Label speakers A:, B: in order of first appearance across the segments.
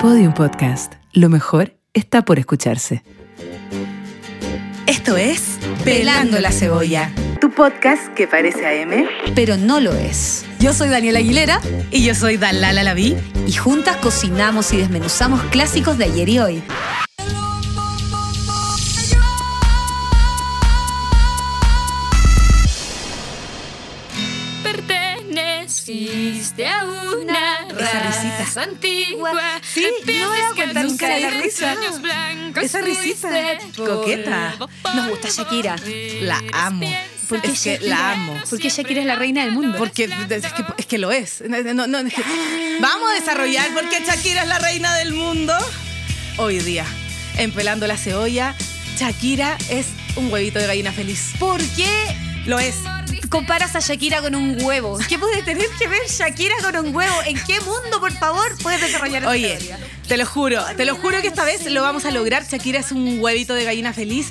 A: Podium Podcast. Lo mejor está por escucharse.
B: Esto es Pelando la Cebolla,
A: Tu podcast que parece AM.
B: pero no lo es. Yo soy Daniela Aguilera
A: Y yo soy Dalala Laví.
B: y juntas cocinamos y desmenuzamos clásicos de ayer y hoy.
C: Perteneciste a una
B: Esa risita.
C: raza antigua.
A: Sí, no voy a aguantar nunca la risa. Esa risita coqueta.
B: Nos gusta Shakira.
A: La amo.
B: ¿Por qué
A: Eh, es que
B: Shakira?
A: la amo.
B: Porque Shakira es la reina del mundo.
A: Porque es que, Ah. es que lo es. No, no, es que- Vamos a desarrollar porque Shakira es la reina del mundo. Hoy día, en Pelando la Cebolla, Shakira es un huevito de gallina feliz.
B: ¿Por qué
A: Lo es.
B: comparas a Shakira con un huevo? ¿Qué puede tener que ver Shakira con un huevo? ¿En qué mundo, por favor, puedes desarrollar esta
A: Oye,
B: teoría?
A: te lo juro, te lo juro que esta vez lo vamos a lograr. Shakira es un huevito de gallina feliz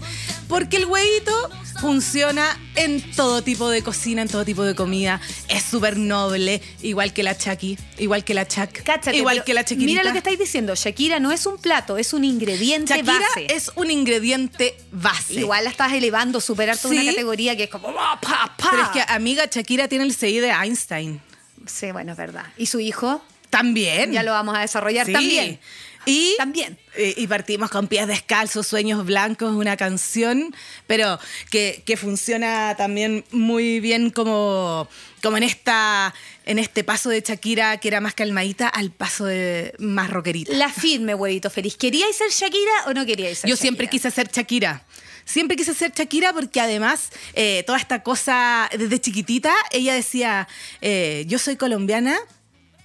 A: porque el huevito funciona en todo tipo de cocina, en todo tipo de comida. Es súper noble, igual que la Chaki, igual que la Chak,
B: Cáchate,
A: igual
B: pero
A: que la Shakirita.
B: Mira lo que estáis diciendo. Shakira no es un plato, es un ingrediente
A: Shakira
B: base.
A: es un ingrediente base.
B: Igual la estás elevando, super harto una
A: Sí.
B: categoría que es como ¡pa, pa, pa!
A: Pero es que, amiga, Shakira tiene el CI de Einstein.
B: Sí, bueno, es verdad. ¿Y su hijo?
A: También.
B: Ya lo vamos a desarrollar
A: Sí.
B: también.
A: Y
B: También.
A: Eh, Y partimos con pies descalzos, sueños blancos, una canción, pero que, que funciona también muy bien como, como en, esta, en este paso de Shakira, que era más calmadita, al paso de más rockerita.
B: La firme, huevito feliz. ¿Queríais ser Shakira o no queríais ser
A: Yo siempre
B: Shakira?
A: quise ser Shakira. Siempre quise ser Shakira porque además eh, toda esta cosa, desde chiquitita, ella decía, eh, yo soy colombiana,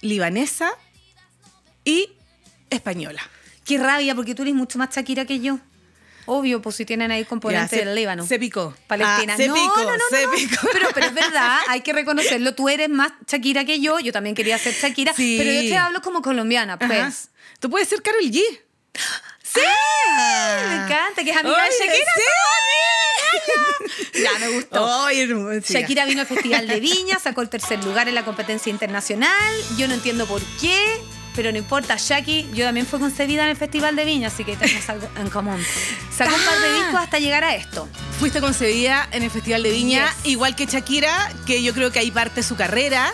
A: libanesa y española.
B: Qué rabia, porque tú eres mucho más Shakira que yo. Obvio, pues si tienen ahí componentes
A: Ya, se-
B: del Líbano.
A: se picó.
B: Palestina.
A: Ah, se
B: no,
A: picó,
B: no, no, no,
A: se
B: no.
A: picó.
B: Pero, pero es verdad, hay que reconocerlo. Tú eres más Shakira que yo. Yo también quería ser Shakira.
A: Sí.
B: Pero yo te hablo como colombiana, pues.
A: Ajá. Tú puedes ser Carol G.
B: ¡Sí! Me encanta, que es amiga de
A: Ah. Oye,
B: Shakira.
A: sí.
B: Ya, me gustó.
A: Ay, hermosa.
B: Shakira vino al Festival de Viña, sacó el tercer lugar en la competencia internacional. Yo no entiendo por qué, pero no importa, Shaki, yo también fui concebida en el Festival de Viña, así que tenemos algo en común. Sacó un par de discos hasta llegar a esto.
A: Fuiste concebida en el Festival de Viña,
B: Yes.
A: igual que Shakira, que yo creo que ahí parte su carrera.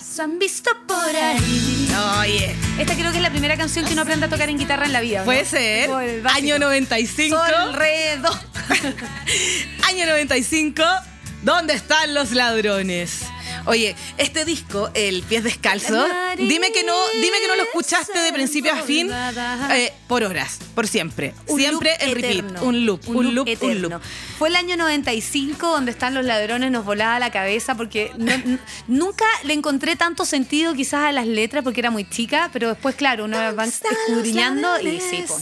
B: Se han visto por ahí.
A: Oye,
B: Esta creo que es la primera canción que uno aprende a tocar en guitarra en la vida. ¿o ¿no?
A: puede ser.
B: Tipo el básico.
A: Año 95.
B: Sol, re, do.
A: Año 95, ¿dónde están los ladrones? Oye, este disco, El Pies Descalzo, dime que no, dime que no lo escuchaste de principio a fin eh, por horas, por siempre.
B: Un
A: siempre
B: loop
A: en repeat.
B: eterno.
A: Un loop, un loop, un
B: eterno.
A: loop.
B: Fue el año 95 donde están los ladrones, nos volaba la cabeza porque no- n- nunca le encontré tanto sentido quizás a las letras porque era muy chica, pero después, claro, uno va escudriñando y sí, po.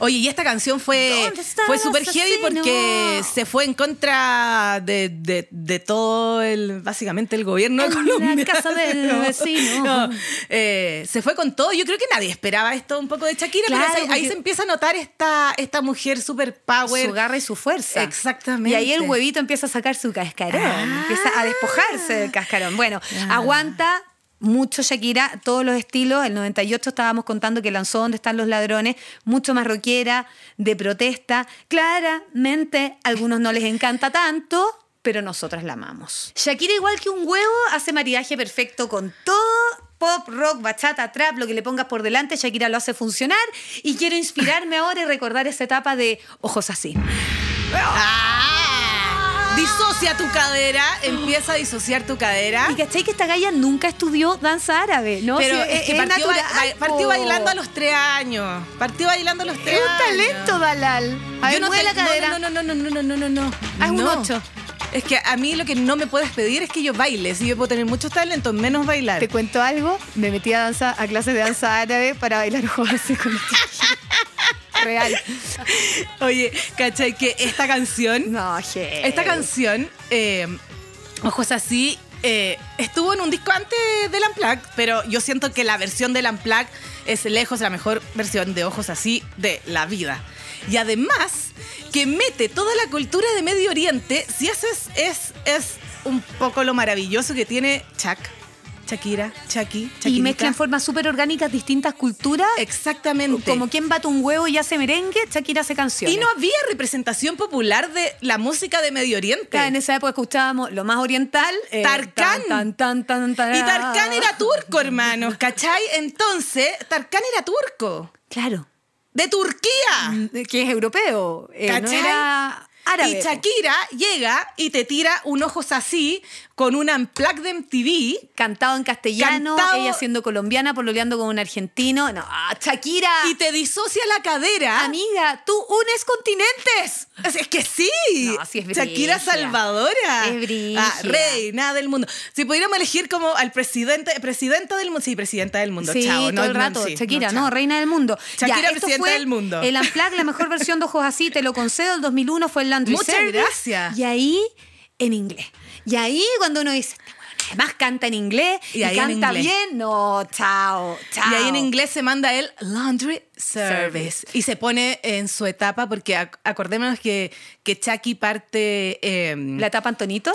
A: Oye, y esta canción fue,
B: ¿Dónde están
A: fue
B: los
A: súper heavy porque
B: asesinos?
A: se fue en contra de, de- de todo el, básicamente, el gobierno
B: En la
A: colombiano.
B: casa del vecino.
A: No, eh, se fue con todo. Yo creo que nadie esperaba esto un poco de Shakira,
B: Claro,
A: pero ahí- ahí,
B: porque-
A: se empieza a notar esta, esta mujer super power.
B: su garra y su fuerza.
A: Exactamente.
B: Y ahí el huevito empieza a sacar su cascarón,
A: Ah.
B: empieza a despojarse del cascarón. Bueno, aguanta mucho Shakira, todos los estilos. El 98 estábamos contando que lanzó Dónde están los ladrones, mucho más rockera, de protesta. Claramente, a algunos no les encanta tanto. Pero nosotras la amamos. Shakira, igual que un huevo, hace maridaje perfecto con todo pop, rock, bachata, trap, lo que le pongas por delante, Shakira lo hace funcionar y quiero inspirarme ahora y recordar esa etapa de ojos así.
A: Ah. Disocia tu cadera, empieza a disociar tu cadera.
B: Y cachai que esta galla nunca estudió danza árabe, ¿no?
A: ¿Ah? Pero
B: Sí,
A: es que partió, ba-
B: natural,
A: ba- partió
B: po.
A: bailando a los tres años. Partió bailando a los tres
B: Es un
A: años.
B: talento, Dalal. A
A: Yo
B: ver,
A: no
B: mueve
A: te-
B: la cadera.
A: No, no, no, no, no, no, no, no, no.
B: Haz un
A: No.
B: ocho.
A: Es que a mí lo que no me puedes pedir es que yo baile. Si yo puedo tener muchos talentos, menos bailar.
D: Te cuento algo, me metí a danza a clases de danza árabe para bailar ojos así con esta chica. Real.
A: Oye, ¿cachai? Que esta canción,
D: No, je.
A: esta canción, eh, Ojos Así, eh, estuvo en un disco antes del Unplugged, pero yo siento que la versión del Unplugged es lejos la mejor versión de Ojos Así de la vida. Y además, que mete toda la cultura de Medio Oriente, si haces, es, es un poco lo maravilloso que tiene Chuck.
D: Shakira, Shaki, Shakirita.
B: Y mezclan en formas súper orgánicas distintas culturas.
D: Exactamente.
B: Como quien bate un huevo y hace merengue, Shakira hace canciones.
D: y no había representación popular de la música de Medio Oriente.
B: Claro, en esa época escuchábamos lo más oriental. eh,
D: Tarkan.
B: tan, tan, tan, tan,
D: Y
B: tará.
D: Tarkan era turco, hermanos, ¿cachai? Entonces, Tarkan era turco.
B: Claro.
D: De Turquía.
B: Mm, Que es europeo. eh, no
D: Ah. ¿Cachai?
B: era árabe.
D: Y Shakira llega y te tira un ojos así con una plaque de MTV.
B: Cantado en castellano,
D: Cantado-
B: ella siendo colombiana, pololeando con un argentino. No, ah, Shakira.
D: Y te disocia la cadera.
B: Amiga, tú unes continentes.
D: Es es que sí.
B: No, sí es brígida.
D: Shakira Salvadora.
B: Es brígida.
D: Ah, reina del mundo. Si pudiéramos elegir como al presidente, presidenta del mundo. Sí, presidenta del mundo.
B: Sí,
D: chao.
B: todo el rato.
D: sí,
B: Shakira, no,
D: chao.
B: reina del mundo.
D: Shakira,
B: esto
D: presidenta
B: fue
D: del mundo.
B: El Unplugged, la mejor versión de Ojos Así, te lo concedo, el 2001 fue el Landry
D: Muchas
B: Service.
D: gracias.
B: Y ahí, en inglés. Y ahí, cuando uno dice, "Este "Esta weona además canta en inglés
D: Y
B: y,
D: ahí en
B: canta
D: inglés.
B: bien, no, chao, chao.
D: Y ahí en inglés se manda el laundry service. Y se pone en su etapa, porque ac- acordémonos que, que Chucky parte. em,
B: ¿La tapa Antonito?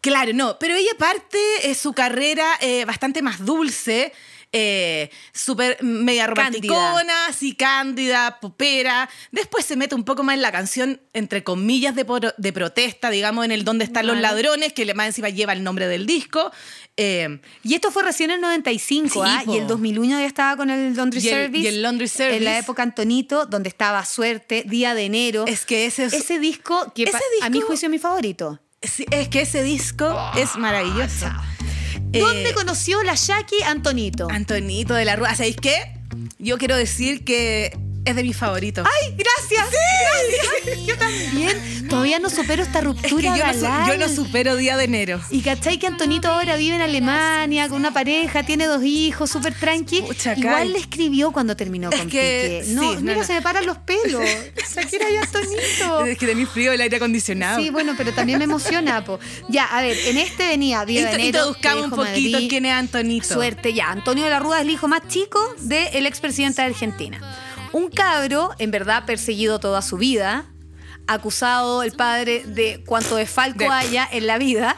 D: Claro, no, pero ella parte eh, su carrera eh, bastante más dulce, eh, súper media
B: Cándida.
D: romanticona, así cándida, popera. Después se mete un poco más en la canción, entre comillas, de, poro- de protesta, digamos, en el Dónde están los
B: Claro.
D: ladrones, que le- más encima lleva el nombre del disco. eh,
B: Y esto fue recién en el 95,
D: Sí,
B: ¿ah?
D: po.
B: Y el 2001 ya estaba con el Laundry
D: Y el-
B: Service.
D: y el Laundry Service.
B: En la época Antonito, donde estaba Suerte, Día de Enero.
D: es que ese es,
B: ese disco que
D: Ese
B: pa- a
D: disco-
B: mi juicio es mi favorito.
D: sí, es que ese disco es maravilloso. Eh,
B: Ah, ¿Dónde conoció la Jackie Antonito?
D: Antonito de la Rúa, ¿sabéis qué? Yo quiero decir que es de mis favoritos.
B: ¡Ay, gracias! gracias. Yo también. Todavía no supero esta
D: Es que
B: ruptura
D: yo no, su-
B: galán.
D: yo no supero Día de Enero.
B: Y cachai que Antonito ahora vive en Alemania con una pareja, tiene dos hijos, súper tranqui.
D: Pucha, Cal.
B: Igual le escribió cuando terminó
D: Es
B: con
D: que-
B: Piqué. No,
D: sí, no,
B: mira,
D: no.
B: se me paran los pelos. Shakira y Antonito.
D: Es que tenéis frío el aire acondicionado.
B: Oh. Sí, bueno, pero también me emociona, po. Ya, a ver, en este venía
D: Y
B: Día de
D: te- y
B: Enero.
D: traduzcamos un
B: Trejo,
D: poquito
B: Madrid.
D: quién es Antonito.
B: Suerte ya. Antonio de la Rúa es el hijo más chico del expresidente de Argentina. Un cabro, en verdad, perseguido toda su vida, acusado el padre de cuanto desfalco
D: De-
B: haya en la vida.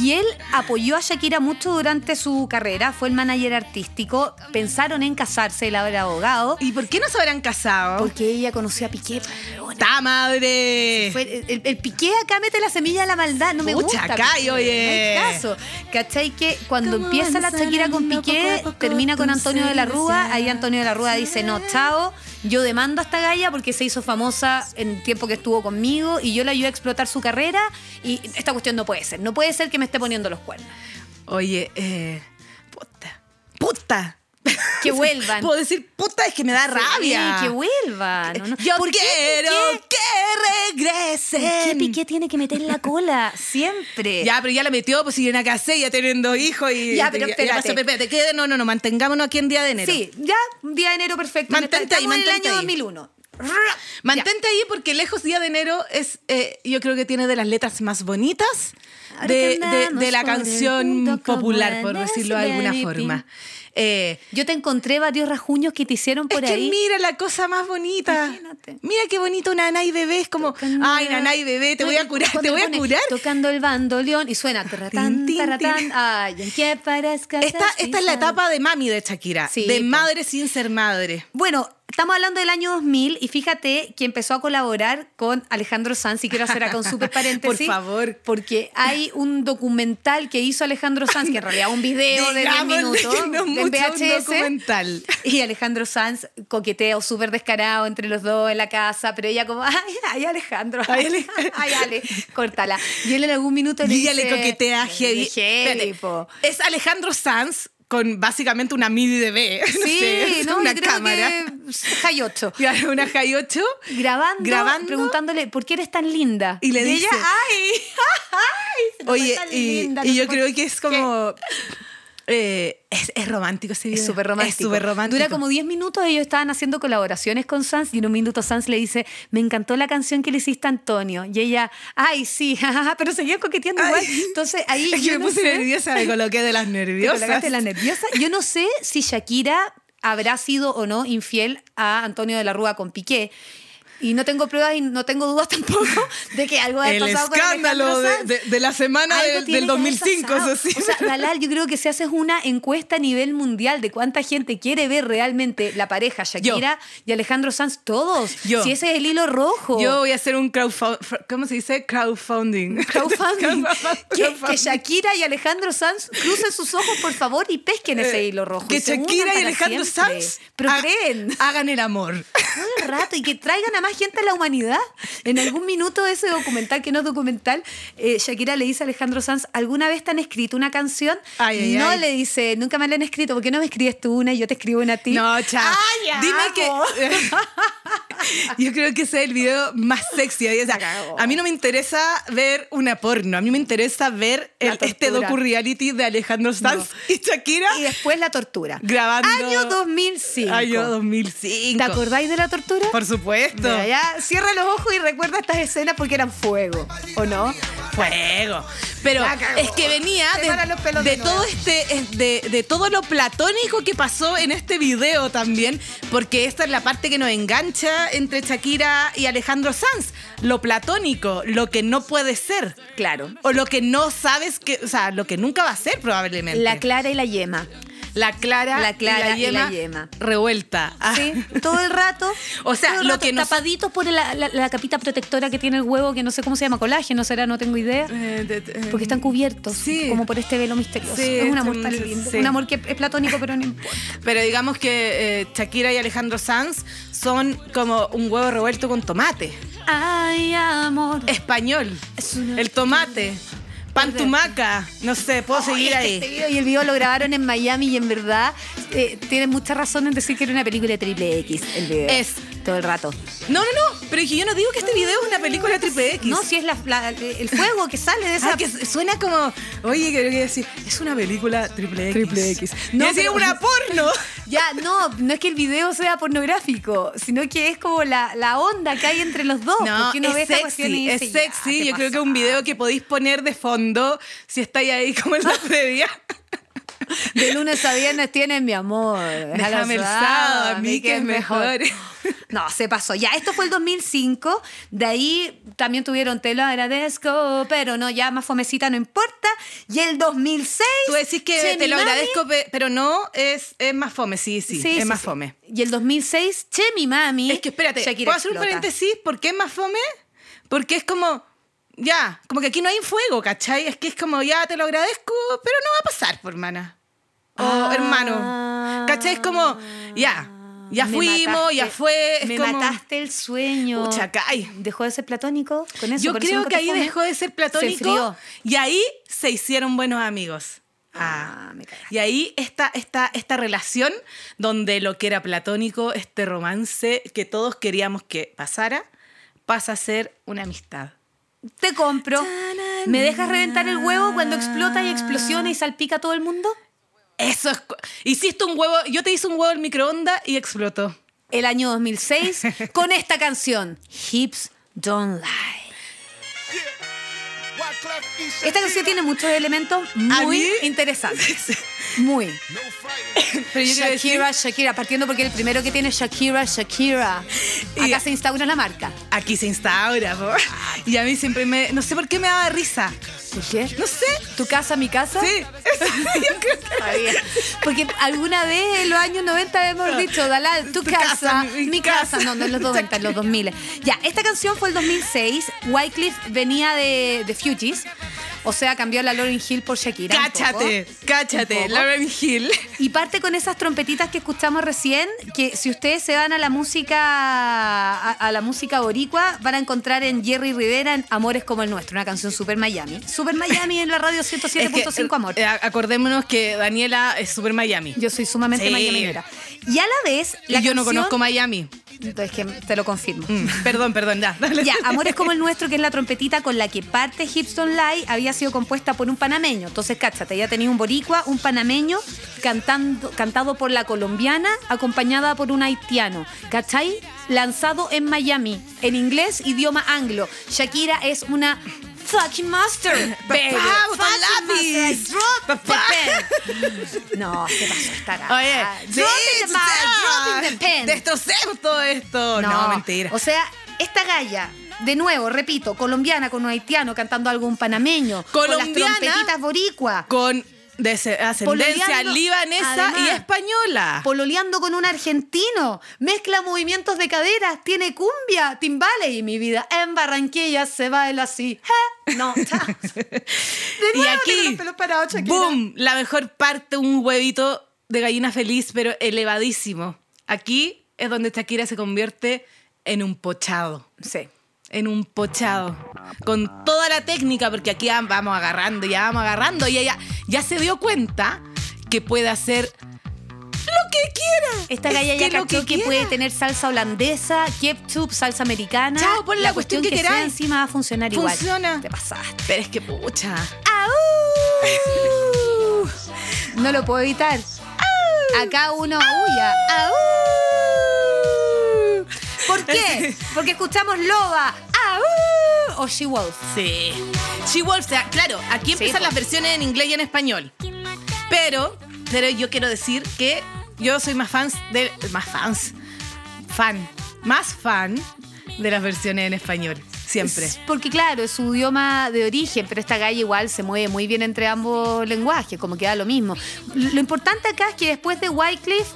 B: Y él apoyó a Shakira mucho durante su carrera, fue el manager artístico, pensaron en casarse, él ahora era abogado,
D: ¿Y por qué no se habrán casado?
B: porque ella conoció a Piqué. weona.
D: ¡Ta madre!
B: Fue- el, el piqué acá mete la semilla de la maldad, no me
D: Pucha,
B: gusta.
D: acá,
B: piqué,
D: oye.
B: No hay eh, caso. ¿Cachai? Que cuando
C: Cómo
B: empieza la
C: van
B: Shakira con
C: saliendo
B: Piqué,
C: poco a poco
B: termina con
C: tus
B: Antonio de la Rúa, ahí Antonio de la Rúa dice, no, chao, yo demando a esta galla porque se hizo famosa en el tiempo que estuvo conmigo y yo la ayudé a explotar su carrera y esta cuestión no puede ser, no puede ser que me esté poniendo los cuernos.
D: Oye, eh, puta. ¡Puta!
B: Que vuelvan.
D: Puedo decir puta, es que me da rabia.
B: Sí, que vuelvan. ¿no?
D: Yo
B: ¿Por qué
D: quiero
B: Piqué?
D: que regresen.
B: ¿Por qué Piqué tiene que meter la cola siempre?
D: Ya, pero ya la metió, pues si viene acá sé, ya teniendo hijos y.
B: Ya, pero
D: ya pasó,
B: espérate.
D: pero espérate, quede- no, no, no, mantengámonos aquí en día de enero.
B: Sí, ya, un día de enero perfecto.
D: Mantente ahí,
B: Estamos en el
D: mantente
B: año
D: ahí.
B: 2001.
D: Mantente ahí porque Lejos Día de Enero es, eh, yo creo que tiene de las letras más bonitas
B: Ahora
D: de,
B: que
D: de-
B: andamos
D: de la
B: por el
D: canción
B: mundo como
D: popular, por
B: en
D: decirlo de
B: ese
D: alguna
B: baby.
D: forma. Eh,
B: Yo te encontré varios rajuños que te hicieron
D: es
B: por
D: que
B: ahí.
D: mira la cosa más bonita.
B: Imagínate.
D: Mira qué bonito Naná y bebé. Es como,
B: Tocando-
D: ay, Naná y bebé, te
B: No,
D: voy a
B: y
D: curar,
B: cuando
D: te voy a
B: pone
D: curar.
B: Tocando el bandoleón y suena taratán,
D: Tin, tin,
B: taratán.
D: tin.
B: Ay, en qué parezca.
D: Esta, esta es la etapa de mami de Shakira,
B: Sí,
D: de
B: po.
D: madre sin ser madre.
B: Bueno, estamos hablando del año 2000 y fíjate que empezó a colaborar con Alejandro Sanz y quiero hacer acá un súper paréntesis.
D: Por favor.
B: Porque hay un documental que hizo Alejandro Sanz, que en realidad es un video de 10
D: Digámosle
B: minutos
D: que no es
B: en
D: mucho un
B: VHS.
D: documental.
B: Y Alejandro Sanz coqueteo súper descarado entre los dos en la casa, pero ella como, ay, ay Alejandro, ay,
D: Ay, Alejandro.
B: ay, Ale, córtala. Y él en algún minuto le
D: Y ella
B: dice...
D: le coquetea a Heavy.
B: Heavy,
D: Espérate,
B: po.
D: Es Alejandro Sanz con básicamente una MIDI de B. no
B: Sí,
D: sé,
B: no,
D: una
B: yo creo
D: cámara.
B: que hay ocho.
D: Claro, Una High 8.
B: grabando,
D: Grabando.
B: preguntándole por qué eres tan linda.
D: Y le
B: ella,
D: dice-
B: ¡ay!
D: Oye,
B: tan
D: y,
B: linda,
D: y
B: no sé
D: yo
B: por
D: creo que es como. eh, es, es romántico ese video.
B: Es súper romántico.
D: Es súper romántico.
B: Dura como 10 minutos, ellos estaban haciendo colaboraciones con Sanz y en un minuto Sanz le dice, me encantó la canción que le hiciste a Antonio. Y ella, ay, sí, jajaja", pero seguían coqueteando igual.
D: Ay.
B: Entonces ahí...
D: Es
B: yo
D: que
B: no
D: me puse
B: sé-
D: nerviosa, me coloqué de las
B: te
D: nerviosas.
B: colocaste la nerviosa. Yo no sé si Shakira habrá sido o no infiel a Antonio de la Rúa con Piqué. Y no tengo pruebas y no tengo dudas tampoco de que algo haya
D: El
B: pasado con
D: escándalo
B: Alejandro
D: de,
B: Sanz.
D: de- de la semana
B: Algo
D: del,
B: tiene
D: del
B: que haber
D: 2005,
B: pasado.
D: eso sí.
B: O sea, Dalal, yo creo que si haces una encuesta a nivel mundial de cuánta gente quiere ver realmente la pareja Shakira y Alejandro Sanz, todos.
D: Yo.
B: Si ese es el hilo rojo.
D: Yo voy a hacer un crowdfunding. ¿Cómo se dice? Crowdfunding.
B: Crowdfunding. que, que
D: Crowdfunding.
B: Shakira y Alejandro Sanz crucen sus ojos, por favor, y pesquen ese
D: Eh,
B: hilo rojo.
D: Que
B: se unan
D: Shakira y
B: para
D: Alejandro
B: siempre.
D: Sanz
B: Procreen.
D: ha- hagan el amor.
B: todo el rato y que traigan a más gente a la humanidad. En algún minuto de ese documental, que no es documental, eh, Shakira le dice a Alejandro Sanz, ¿alguna vez te han escrito una canción?
D: Ay, ay,
B: no
D: ay.
B: le dice, nunca me la han escrito, ¿por qué no me escribes tú una y yo te escribo una a ti?
D: No, chao.
B: Ay, amo.
D: Dime que. Yo creo que ese es el video más sexy. O sea, a mí no me interesa ver una porno, a mí me interesa ver
B: La
D: el- este
B: tortura.
D: docu reality de Alejandro Sanz y Shakira
B: Y después la tortura.
D: grabando.
B: Año 2005.
D: Año 2005.
B: ¿Te acordáis de la tortura?
D: Por supuesto.
B: Mira, ya, cierra los ojos y recuerda estas escenas porque eran fuego, ¿o no?
D: Fuego. Pero
B: La cagó.
D: es que venía
B: Te paran los
D: de,
B: pelos
D: de
B: de nuevo.
D: todo este, es de, de todo lo platónico que pasó en este video también, porque esta es la parte que nos engancha entre Shakira y Alejandro Sanz. Lo platónico, lo que no puede ser.
B: Claro.
D: O lo que no sabes que, o sea, lo que nunca va a ser probablemente.
B: La clara y la yema.
D: La clara,
B: La clara
D: y, la yema revuelta. Ah.
B: Sí, todo el rato.
D: O sea,
B: todo el
D: lo
B: rato
D: que nos-
B: tapaditos por la, la- la capita protectora que tiene el huevo, que no sé cómo se llama, colágeno será, no tengo idea.
D: Eh, de- de-
B: Porque están cubiertos,
D: Sí.
B: como por este velo misterioso.
D: Sí,
B: es un amor
D: es
B: tan
D: un-
B: lindo.
D: sí.
B: Un amor que es platónico, pero no importa.
D: Pero digamos que eh, Shakira y Alejandro Sanz son como un huevo revuelto con tomate.
B: Ay, amor.
D: Español.
B: Es una-
D: El tomate. Pantumaca. No sé, puedo seguir
B: Ay, este
D: ahí.
B: video y el video lo grabaron en Miami y en verdad eh, tienen mucha razón en decir que era una película de triple X el video.
D: Es.
B: Todo el rato.
D: No, no, no. Pero es que yo no digo que este video es una película triple X.
B: No, si es la- la- el fuego que sale de esa
D: Ah, que suena como, oye, creo que decir, es una película triple X.
B: Triple X.
D: No,
B: No,
D: es decir,
B: pero-
D: una porno.
B: Ya, no, no es que el video sea pornográfico, sino que es como la, la onda que hay entre los dos.
D: No,
B: porque uno ve
D: es
B: esta cuestión y
D: sexy,
B: dice,
D: es
B: ya,
D: sexy.
B: ¿qué
D: Yo creo
B: pasa?
D: que es un video que podéis poner de fondo si estáis ahí como en la previa.
B: De lunes a viernes tienen mi amor.
D: Déjame el sábado, a mí que es mejor.
B: No, se pasó. Ya, esto fue el 2005. De ahí también tuvieron Te lo agradezco, pero no, ya más fomecita no importa. Y el 2006.
D: Tú decís que
B: Che,
D: te
B: mi
D: lo
B: mami-
D: agradezco, pe- pero no, es, es más fome, sí, sí,
B: Sí,
D: es
B: sí,
D: más
B: sí.
D: fome.
B: Y el 2006, Che, mi mami.
D: Es que espérate,
B: Shakira
D: ¿puedo hacer un
B: explota.
D: paréntesis? ¿Por qué es más fome? Porque es como, ya, como que aquí no hay fuego, ¿cachai? Es que es como, ya, te lo agradezco, pero no va a pasar, por hermana. O
B: Ah.
D: Oh, hermano. ¿Cachai? Es como, ya, ya
B: Me
D: fuimos,
B: mataste.
D: ya fue. Es
B: me
D: como,
B: mataste el sueño.
D: Pucha, cay.
B: Dejó de ser platónico con eso.
D: Yo
B: por eso
D: creo
B: nunca
D: que
B: te
D: ahí
B: fome.
D: dejó de ser
B: Se
D: platónico
B: frió.
D: y ahí se hicieron buenos amigos.
B: Ah, me cagaste.
D: Y ahí está esta, esta relación donde lo que era platónico, este romance que todos queríamos que pasara, pasa a ser una amistad.
B: Te compro. ¿Me dejas reventar el huevo cuando explota y explosiona y salpica a todo el mundo?
D: Eso es. cu- Hiciste un huevo, yo te hice un huevo en microondas y explotó.
B: El año 2006 con esta canción, Hips Don't Lie. Esta canción tiene muchos elementos
D: ¿A
B: muy
D: mí?
B: interesantes. Muy.
D: Pero yo quiero decir,
B: Shakira, Shakira, partiendo porque el primero que tiene es Shakira, Shakira.
D: Y-
B: Acá se instaura la marca.
D: aquí se instaura, po. Y a mí siempre me. No sé por qué me daba risa.
B: ¿Por qué?
D: No sé.
B: ¿Tu casa, mi casa?
D: Sí. Yo creo que-
B: Está bien. Porque alguna vez en los años 90 hemos dicho, Dalal, tu, casa,
D: casa,
B: mi,
D: mi
B: casa.
D: casa.
B: No, no en los 90, en los 2000. Ya, esta canción fue el 2006. Wycliffe venía de, de Fugees. O sea, cambió la Lauren Hill por Shakira. un
D: Cáchate,
B: poco. Un
D: cáchate,
B: poco.
D: Lauren Hill.
B: Y parte con esas trompetitas que escuchamos recién, que si ustedes se van a la música a, a la música boricua, van a encontrar en Jerry Rivera en Amores como el nuestro, una canción super Miami. Super Miami en la radio
D: Es que,
B: 107.5 Amor.
D: eh, acordémonos que Daniela es super Miami.
B: Yo soy sumamente
D: Sí.
B: mayaminera. Y a la vez.
D: y
B: la
D: yo no
B: canción-
D: conozco Miami.
B: Es que te lo confirmo.
D: Mm, perdón, perdón, ya. dale.
B: Ya, Amores como el nuestro, que es la trompetita con la que parte Hipston Live, había sido compuesta por un panameño. Entonces, cáchate, ya tenía un boricua, un panameño, cantando, cantado por la colombiana, acompañada por un haitiano. ¿Cachai? Lanzado en Miami, en inglés, idioma anglo. Shakira es una fucking master, baby.
D: Papá, botó
B: Fucking
D: lápiz.
B: master. Drop the
D: Papá.
B: pen. No, se pasó esta gata.
D: Oye,
B: Ah, Dropping the,
D: sí, ah,
B: ball,
D: ya.
B: dropping the pen.
D: Destrocemos todo esto. Oh, No, mentira.
B: O sea, esta galla, de nuevo, repito, colombiana con un haitiano cantando algo un panameño, con
D: Colombiana.
B: las trompetitas boricua,
D: Con dese- ascendencia
B: Pololeando,
D: libanesa y
B: además.
D: española.
B: pololeando con un argentino, mezcla movimientos de caderas, tiene cumbia, timbales y mi vida en Barranquilla se baila así. ¿Eh? No, chao. De
D: Y
B: nuevo tengo
D: aquí,
B: los pelos parados, Shakira.
D: boom, la mejor parte, un huevito de gallina feliz, pero elevadísimo. Aquí es donde Shakira se convierte en un pochado.
B: Sí.
D: en un pochado con toda la técnica porque aquí ya vamos agarrando ya vamos agarrando y ella ya se dio cuenta que puede hacer lo que quiera
B: Esta
D: Es
B: galla ya
D: que lo
B: cachó que,
D: quiera.
B: puede tener salsa holandesa, ketchup, salsa americana.
D: Chao, ponle la cuestión que
B: sea
D: queráis.
B: encima va a funcionar
D: Funciona.
B: igual. Te pasaste.
D: pero es que pucha
B: No lo puedo evitar. Acá uno huya. ¿Por qué? Porque escuchamos loba. ¡Aú! O she wolf.
D: sí She Wolf o sea, claro aquí empiezan
B: po.
D: las versiones en inglés y en español pero pero yo quiero decir que yo soy más fans de más fans fan más fan de las versiones en español siempre
B: Porque claro, es su idioma de origen, pero esta galla igual se mueve muy bien entre ambos lenguajes, como queda lo mismo. Lo importante acá es que después de Wycliffe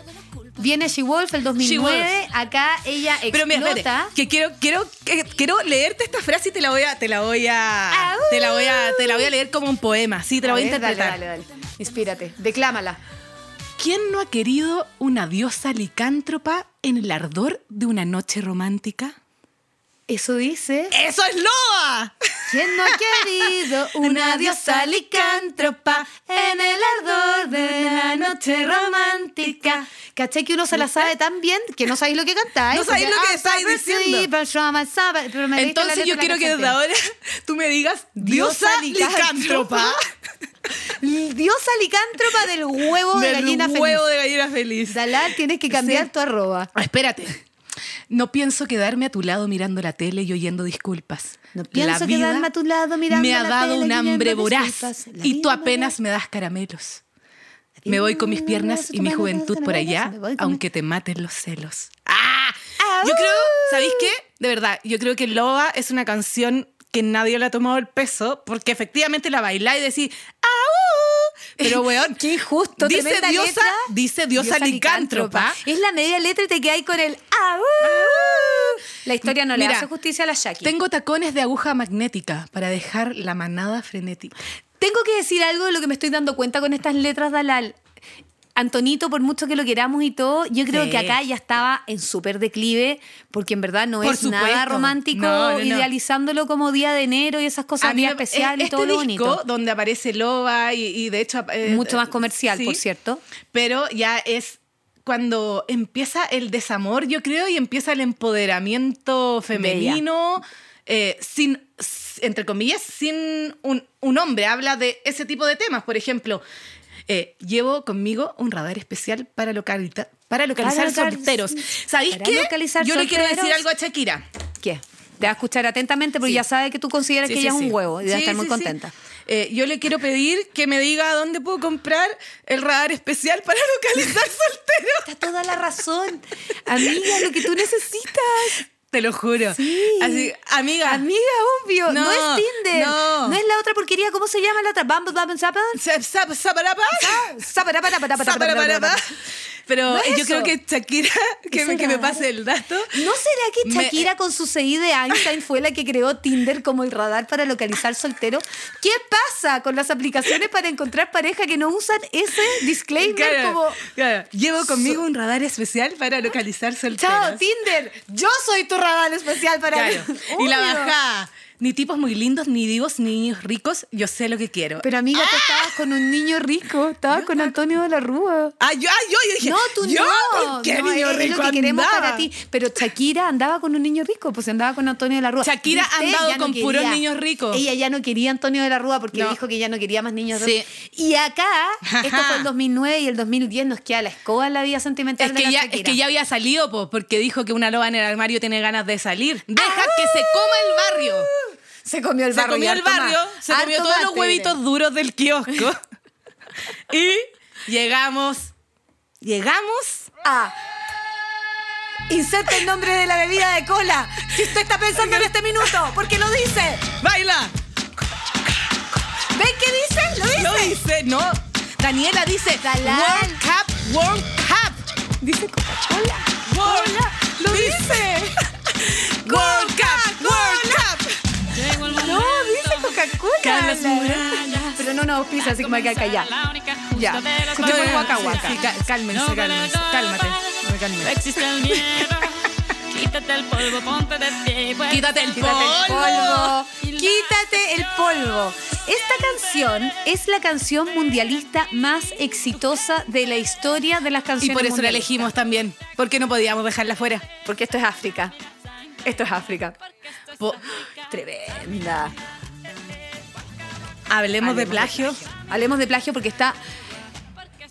B: viene She Wolf el 2009, acá ella explota.
D: Pero mira, espérate, que quiero, quiero, que- quiero leerte esta frase y te la voy a, te la voy a,
B: Au.
D: te la voy a, te la voy a leer como un poema, sí, te la voy a
B: ver,
D: interpretar.
B: Dale, dale, dale. Inspírate, declámala.
D: ¿Quién no ha querido una diosa licántropa en el ardor de una noche romántica?
B: Eso dice.
D: ¡Eso es loba!
B: ¿Quién no ha querido una diosa licántropa en el ardor de la noche romántica? Caché que uno se la sabe tan bien que no sabéis lo que cantáis.
D: No sabéis lo que
B: Porque, ah,
D: estáis diciendo.
B: sí, pero yo me sabe, pero me leíste la
D: Entonces
B: letra
D: yo
B: de la
D: quiero que
B: canción
D: desde
B: entera.
D: ahora tú me digas diosa,
B: Diosa
D: licántropa
B: licántropa Diosa licántropa del huevo de
D: del
B: gallina
D: huevo
B: feliz.
D: de gallina feliz.
B: Dalal, tienes que cambiar
D: Sí.
B: tu arroba.
D: Ah, Espérate. No pienso quedarme a tu lado mirando la tele y oyendo disculpas.
B: No pienso
D: La vida
B: quedarme a tu lado mirando
D: Me ha
B: la
D: dado
B: tele y
D: un
B: oyendo
D: hambre
B: disculpas.
D: voraz
B: La
D: y
B: vida
D: tú
B: me
D: apenas me das caramelos. Me voy con mis piernas y mi juventud por allá,
B: Me voy con
D: aunque te maten los celos. ¡Ah! Yo creo, ¿sabéis qué? De verdad, yo creo que Loba es una canción que nadie le ha tomado el peso porque efectivamente la bailá y decís ¡Au! Pero weón,
B: Qué injusto.
D: dice
B: tremenda
D: diosa,
B: letra.
D: dice diosa, licántropa.
B: Es la media letra y te quedáis con el au. La historia no le
D: Mira,
B: hace justicia a la Shakira.
D: Tengo tacones de aguja magnética para dejar la manada frenética.
B: Tengo que decir algo de lo que me estoy dando cuenta con estas letras, Dalal. Antonito, por mucho que lo queramos y todo, yo creo
D: Sí.
B: que acá ya estaba en súper declive, porque en verdad no
D: Por
B: es nada
D: supuesto.
B: romántico,
D: No, no, no.
B: idealizándolo como día de enero y esas cosas,
D: A mí
B: día
D: me-
B: especial
D: eh,
B: y todo
D: este
B: lo
D: disco
B: bonito.
D: donde aparece Loba y, y de hecho... eh,
B: Mucho más comercial,
D: sí,
B: por cierto.
D: Pero ya es cuando empieza el desamor, yo creo, y empieza el empoderamiento femenino, eh, sin, s- entre comillas, sin un, un hombre. Habla de ese tipo de temas, por ejemplo. eh, llevo conmigo un radar especial para, localita- para localizar
B: local-
D: solteros. ¿Sabéis
B: para
D: qué?
B: localizar
D: Yo le quiero decir
B: solteros.
D: algo a Shakira.
B: ¿Qué? Te va a escuchar atentamente porque
D: Sí.
B: ya sabe que tú consideras
D: Sí,
B: que
D: sí,
B: ella es
D: sí.
B: un huevo y debe
D: Sí,
B: estar muy
D: sí, sí.
B: contenta.
D: Eh, yo le quiero pedir que me diga dónde puedo comprar el radar especial para localizar solteros.
B: Está toda la razón. Amiga, lo que tú necesitas.
D: Te lo juro. Así, amiga.
B: Amiga, obvio. No,
D: No,
B: es Tinder.
D: no.
B: es la otra porquería. ¿Cómo se llama la otra? Bumble, Bumble, Zapple.
D: sa- sa- saparapa,
B: Ah,
D: saparapa. Pero
B: No es
D: yo creo
B: eso.
D: que Shakira, que,
B: Es
D: me,
B: el
D: que me
B: radar.
D: pase el dato.
B: ¿No será que
D: Me-
B: Shakira con su CI de Einstein fue la que creó Tinder como el radar para localizar solteros? ¿Qué pasa con las aplicaciones para encontrar pareja que no usan ese disclaimer
D: Claro,
B: como
D: claro. Llevo conmigo un radar especial para localizar solteros.
B: Chao, Tinder, yo soy tu radar especial para
D: Claro. Y la
B: Obvio.
D: bajada. Ni tipos muy lindos, ni divos, ni niños ricos. Yo sé lo que quiero.
B: Pero amiga,
D: ¡Ah!
B: tú estabas con un niño rico, estabas con Antonio de la Rúa.
D: Ah, yo, ah, yo, yo dije.
B: No, tú
D: ¿yo?
B: no.
D: ¿Por qué
B: no,
D: niño
B: es, es
D: rico
B: lo que queremos
D: andaba?
B: para ti. Pero Shakira andaba con un niño rico, pues andaba con Antonio de la Rúa.
D: Shakira ha andado con puros niños ricos.
B: Ella ya no quería a Antonio de la Rúa porque
D: No.
B: dijo que ya no quería más niños
D: Sí.
B: ricos. Y acá, esto
D: Ajá.
B: fue el 2009 y el 2010 nos queda la escoba en la vida sentimental
D: Es
B: de
D: que,
B: la
D: ya,
B: Shakira.
D: es que ya había salido, po, porque dijo que una loba en el armario tiene ganas de
B: Ah.
D: salir. Deja que se coma el barrio.
B: se comió el
D: Se
B: barrio. y
D: comió el
B: harto más.
D: barrio, se
B: Harto
D: comió
B: más,
D: todos los
B: Tere.
D: huevitos duros del kiosco. y llegamos. Llegamos
B: Ah, Inserta el nombre de la bebida de cola. Si usted está pensando en este minuto, porque lo dice.
D: ¡Baila!
B: ¿Ven qué dice? Lo dice.
D: Lo dice, ¿no? Daniela dice
B: Dalal.
D: World Cup, World Cup. Dice Coca-Cola. World Lo dice. World Cup, World Cup.
C: Llegó el
B: No,
C: momento.
B: dice Coca-Cola.
C: Murallas.
B: Pero no nos pisa, así que me voy a quedar callada.
C: La única justa
E: Ya.
C: de las
E: Escuchemos
C: mañanas.
E: Waka Waka.
D: Sí, cá- cálmense, cálmense. Cálmate.
C: No existe el miedo. Quítate el polvo, ponte de pie. pues.
D: Quítate el
B: Quítate el polvo.
D: polvo.
B: Quítate el polvo. Esta canción es la canción mundialista más exitosa de la historia de las
D: Y
B: canciones.
D: por eso la
B: mundialistas.
D: elegimos también. Porque no podíamos dejarla fuera.
B: Porque esto es África. Esto es África.
D: Po-
B: Tremenda.
D: Hablemos de
B: Hablemos
D: plagio.
B: Hablemos de plagio porque está.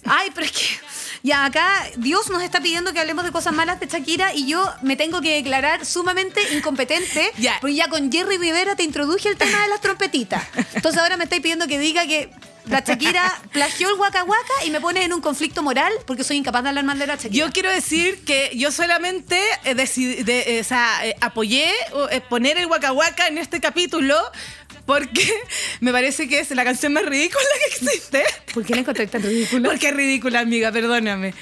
B: Ay, pero es que. Ya, acá Dios nos está pidiendo que hablemos de cosas malas de Shakira y yo me tengo que declarar sumamente incompetente.
D: Ya.
B: Porque ya con Jerry Rivera te introduje el tema de las trompetitas. Entonces ahora me estáis pidiendo que diga que la Shakira plagió el Waka Waka y me pones en un conflicto moral porque soy incapaz de hablar mal de la Shakira.
D: Yo quiero decir que yo solamente eh, decid- de- eh, o sea, eh, apoyé o, eh, poner el Waka Waka en este capítulo porque me parece que es la canción más ridícula que existe.
B: ¿Por qué la encontré tan ridícula?
D: Porque es ridícula, amiga, perdóname.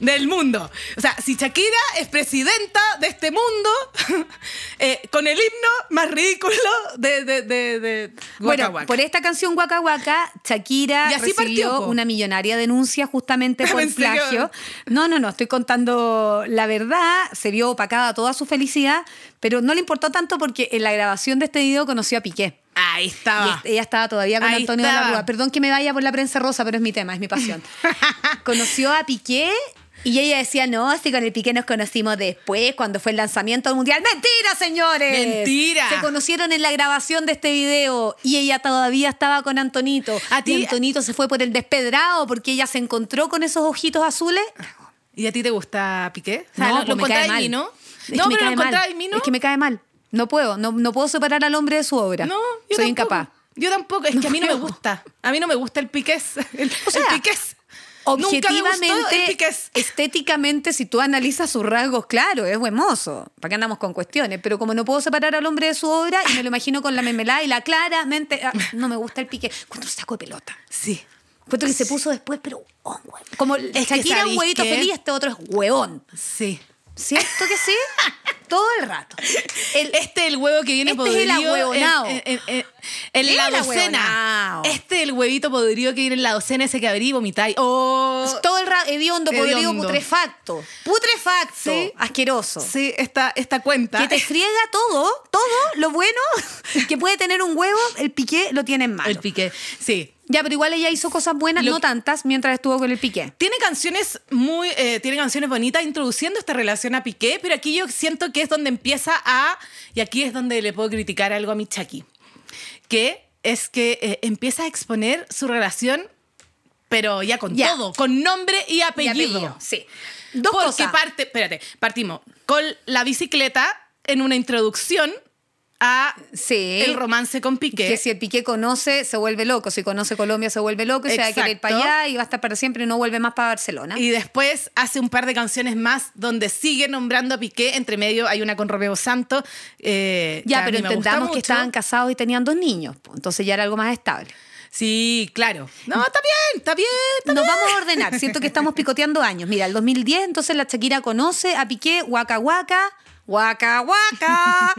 D: Del mundo. O sea, si Shakira es presidenta de este mundo, eh, con el himno más ridículo de, de, de, de
B: Bueno,
D: Waka Waka.
B: por e- esta canción Waka Waka, Shakira
D: Y así
B: recibió
D: partió, po.
B: una millonaria denuncia justamente por
D: Pensé que-
B: plagio. No, no, no, estoy contando la verdad. Se vio opacada toda su felicidad, pero no le importó tanto porque en la grabación de este video conoció a Piqué.
D: Ahí
B: Y este
D: estaba.
B: es- ella estaba todavía con
D: Ah. Ahí
B: Antonio de la
D: estaba.
B: Rúa. Perdón que me vaya por la prensa rosa, pero es mi tema, es mi pasión. Conoció a Piqué y ella decía, no, si con el Piqué nos conocimos después, cuando fue el lanzamiento del mundial. ¡Mentira, señores!
D: Mentira.
B: Se conocieron en la grabación de este video y ella todavía estaba con Antonito.
D: A ti-
B: Y Antonito se fue por el despedrado porque ella se encontró con esos ojitos azules.
D: ¿Y a ti te gusta Piqué? O sea,
B: No,
D: lo,
B: pues
D: lo
B: me cae
D: encontrás
B: mal.
D: en mí, ¿no?
B: Es que
D: no,
B: me
D: pero lo
B: cae mal.
D: encontrás en mí, ¿no?
B: Es que me cae mal. No puedo, no, no puedo separar al hombre de su obra.
D: No, yo
B: Soy
D: tampoco.
B: incapaz.
D: Yo tampoco, es que a mí no me
B: puedo.
D: gusta. A mí no me gusta el piqués. El,
B: O sea,
D: el piqués. Nunca me gustó el
B: Objetivamente,
D: piqués.
B: estéticamente, si tú analizas sus rasgos, claro, es buen mozo. ¿Para qué andamos con cuestiones? Pero como no puedo separar al hombre de su obra y me lo imagino con la memelada y la claramente. ah, no me gusta el pique. Cuando saco de pelota.
D: Sí.
B: Cuento que se puso después, pero oh, huevo. Como
D: que
B: Shakira es un
D: ¿sabéis
B: huevito
D: qué?
B: feliz, este otro es huevón.
D: Sí.
B: ¿Cierto que sí? Todo el rato. El-
D: Este es el huevo que viene
B: Este es el
D: podrido.
B: ahueonao.
D: en, en- en- en
B: Era
D: la
B: el
D: docena.
B: ahueonao.
D: Este es el huevito podrido que viene en la docena, ese que abrí y vomitáis. Oh.
B: todo el rato, hediondo, podrido,
D: Hediondo.
B: putrefacto. Putrefacto.
D: Sí.
B: Asqueroso.
D: Sí, esta, esta cuenta.
B: Que te friega todo, todo lo bueno que puede tener un huevo, el piqué lo tiene en
D: El
B: malo.
D: piqué. Sí.
B: Ya, pero igual ella hizo cosas buenas,
D: Lo-
B: no tantas, mientras estuvo con el piqué.
D: Tiene canciones muy, eh, tiene canciones bonitas introduciendo esta relación a Piqué, pero aquí yo siento que es donde empieza a, y aquí es donde le puedo criticar algo a mi Chucky, que es que eh, empieza a exponer su relación, pero ya con
B: Ya.
D: todo, con nombre y
B: Y
D: apellido.
B: apellido, Sí. Dos
D: Porque
B: cosas.
D: parte, espérate, partimos con la bicicleta en una introducción a
B: Sí.
D: el romance con Piqué.
B: Que si el piqué conoce, se vuelve loco. Si conoce Colombia, se vuelve loco. Y se va a
D: Exacto.
B: querer ir para allá y va a estar para siempre y no vuelve más para Barcelona.
D: Y después hace un par de canciones más donde sigue nombrando a Piqué. Entre medio hay una con Romeo Santo. eh, que
B: ya,
D: a
B: pero
D: mí me gusta
B: entendamos que
D: mucho.
B: estaban casados y tenían dos niños. po, Entonces ya era algo más estable.
D: Sí, claro.
B: Mm.
D: No, está bien, está bien. está
B: Nos vamos a ordenar. Siento que estamos picoteando años. Mira, el 2010, entonces la Shakira conoce a Piqué, Waka Waka. Waka Waka.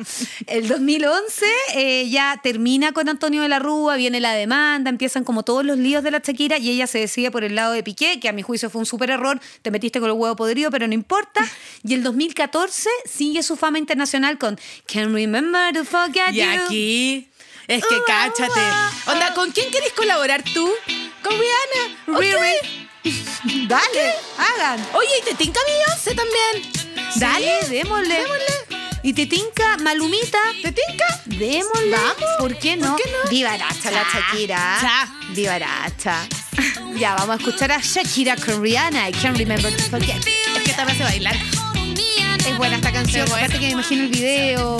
B: El 2011 eh, ya termina con Antonio de la Rúa, viene la demanda, empiezan como todos los líos de la Shakira y ella se decide por el lado de Piqué, que a mi juicio fue un súper error, te metiste con el huevo podrido, pero no importa. Y el 2014 sigue su fama internacional con Can't Remember to Forget
D: bien. Y
B: You.
D: aquí. Es
B: Ah.
D: que cáchate. Onda, ¿con quién querés colaborar tú? Con Rihanna. Ok.
B: Riri. Dale, hagan.
D: Oye, y te tinca Beyoncé también.
B: Dale, démosle. Y te tinca, malumita.
D: ¿Te tinca?
B: Démosle.
D: Vamos.
B: ¿Por qué no?
D: ¿Por qué no?
B: Viva Aracha, la Shakira.
D: Cha.
B: Viva Aracha. Ya, vamos a escuchar a Shakira con Rihanna. I can't remember to forget.
D: Es que también se bailar.
B: Es buena esta canción. Aparte que me imagino el video.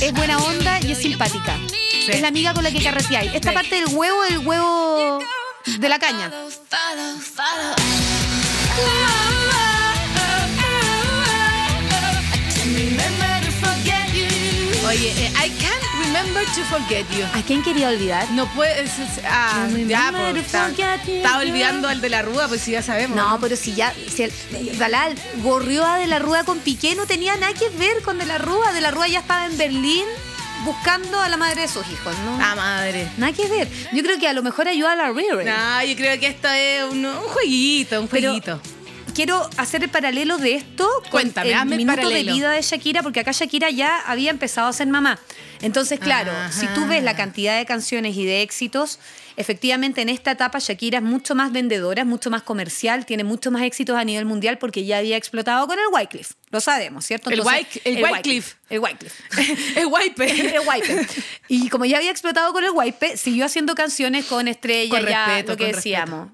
B: Es buena onda y es simpática. Es la amiga con la que carreteáis. Esta parte del huevo, del huevo de la caña.
C: Follow, follow.
D: Oye, eh, I can't remember to forget you.
B: ¿A quién quería olvidar?
D: No puedes. es- Ah,
B: Can't
D: ya,
B: remember
D: pues,
B: to
D: está,
B: forget you.
D: está olvidando al de la rúa, pues si ya sabemos.
B: No, pero si ya, si el, Dalal gorrió a De la Rúa con Piqué, no tenía nada que ver con De la Rúa. De la Rúa ya estaba en Berlín buscando a la madre de sus hijos, ¿no?
D: La Ah, madre.
B: Nada que ver. Yo creo que a lo mejor ayudó a la Riri.
D: No, yo creo que esto es un, un jueguito, un
B: Pero-
D: jueguito.
B: Quiero hacer el paralelo de esto con
D: Cuéntame,
B: el
D: hazme el
B: minuto
D: paralelo.
B: de vida de Shakira, porque acá Shakira ya había empezado a ser mamá. Entonces, claro,
D: Ajá.
B: si tú ves la cantidad de canciones y de éxitos, efectivamente en esta etapa Shakira es mucho más vendedora, es mucho más comercial, tiene muchos más éxitos a nivel mundial porque ya había explotado con el Wycliffe. Lo sabemos, ¿cierto?
D: El Wyc- el Wycliffe.
B: El Wycliffe.
D: es guaype.
B: El Guaype. Y como ya había explotado con el Guaype, siguió haciendo canciones con estrella,
D: Con
B: ya
D: respeto,
B: lo que
D: con
B: decíamos.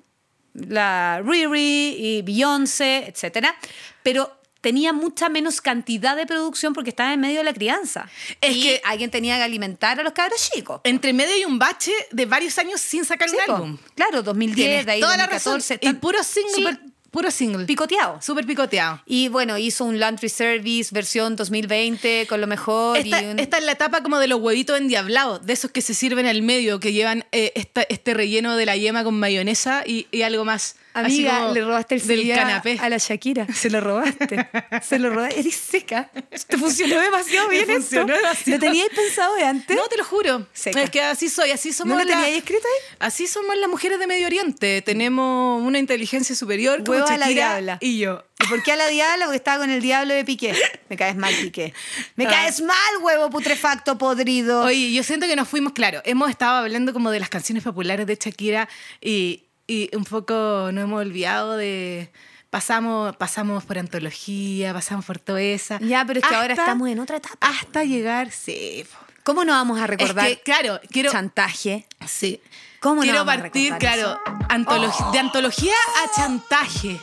B: La Riri y Beyoncé, etcétera. Pero tenía mucha menos cantidad de producción porque estaba en medio de la crianza.
D: Es
B: y
D: que-
B: alguien tenía que alimentar a los cabros chicos.
D: Entre medio hay un bache de varios años sin sacar
B: Sí,
D: un
B: po.
D: álbum.
B: Claro, 2010,
D: Tienes
B: de ahí
D: toda la
B: 2014.
D: razón. Y
B: tan-
D: puro single.
B: súper
D: puro single.
B: picoteado.
D: Súper picoteado.
B: Y bueno, hizo un Laundry Service versión 2020 con lo mejor.
D: Esta,
B: y un-
D: esta es la etapa como de los huevitos endiablados, de esos que se sirven al medio, que llevan eh, esta- este relleno de la yema con mayonesa y, y algo más. así
B: Amiga,
D: como
B: le robaste el
D: Del
B: celular
D: canapé.
B: a la Shakira. Se lo robaste. Se lo robaste. Eres seca. Te funcionó demasiado
D: Me
B: bien esto.
D: funcionó
B: ¿Lo
D: demasiado.
B: teníais pensado de antes?
D: No, te lo juro.
B: Seca.
D: Es que así soy, así somos.
B: ¿No lo
D: la-
B: teníais escrito ahí?
D: Así somos las mujeres de Medio Oriente. Tenemos una inteligencia superior
B: Hueva
D: como
B: a la
D: Shakira
B: diabla.
D: y yo.
B: ¿Y por qué a la diabla? Porque estaba con el diablo de Piqué. Me caes mal, Piqué. Me
D: Ah.
B: caes mal, huevo putrefacto podrido.
D: Oye, yo siento que nos fuimos, claro. Hemos estado hablando como de las canciones populares de Shakira y, y un poco nos hemos olvidado de. Pasamos, pasamos por antología, pasamos por toda esa.
B: ya, pero es que ahora
D: Hasta-
B: estamos en otra etapa.
D: Hasta llegar, sí. po.
B: ¿Cómo no vamos a recordar
D: Es que, claro, quiero.
B: chantaje?
D: Sí.
B: ¿Cómo no
D: quiero
B: vamos a
D: partir,
B: recordar Oh.
D: claro, antolo- de antología a chantaje.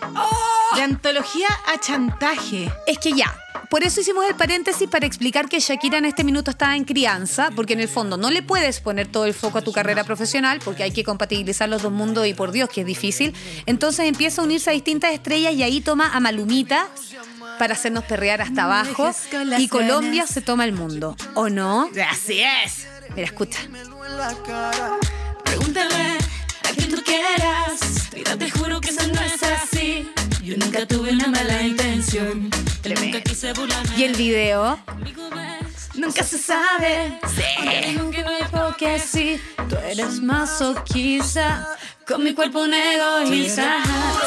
D: De antología a chantaje.
B: Es que ya. Por eso hicimos el paréntesis para explicar que Shakira en este minuto estaba en crianza, porque en el fondo no le puedes poner todo el foco a tu carrera profesional, porque hay que compatibilizar los dos mundos y por Dios que es difícil. Entonces empieza a unirse a distintas estrellas y ahí toma a Malumita para hacernos perrear hasta abajo
D: dejes con las
B: y Colombia
D: ganas.
B: se toma el mundo. ¿O no?
D: Así es.
B: Mira, escucha.
C: Pregúntale a quien tú quieras. Mira, te juro que eso no es así. Yo nunca tuve una mala intención. Yo nunca quise burlarme.
B: Y el video.
C: Amigo, ves,
B: Nunca se sabe.
C: dijeron que no hay por qué.
B: Porque si tú eres masoquista, con mi cuerpo un egoísta.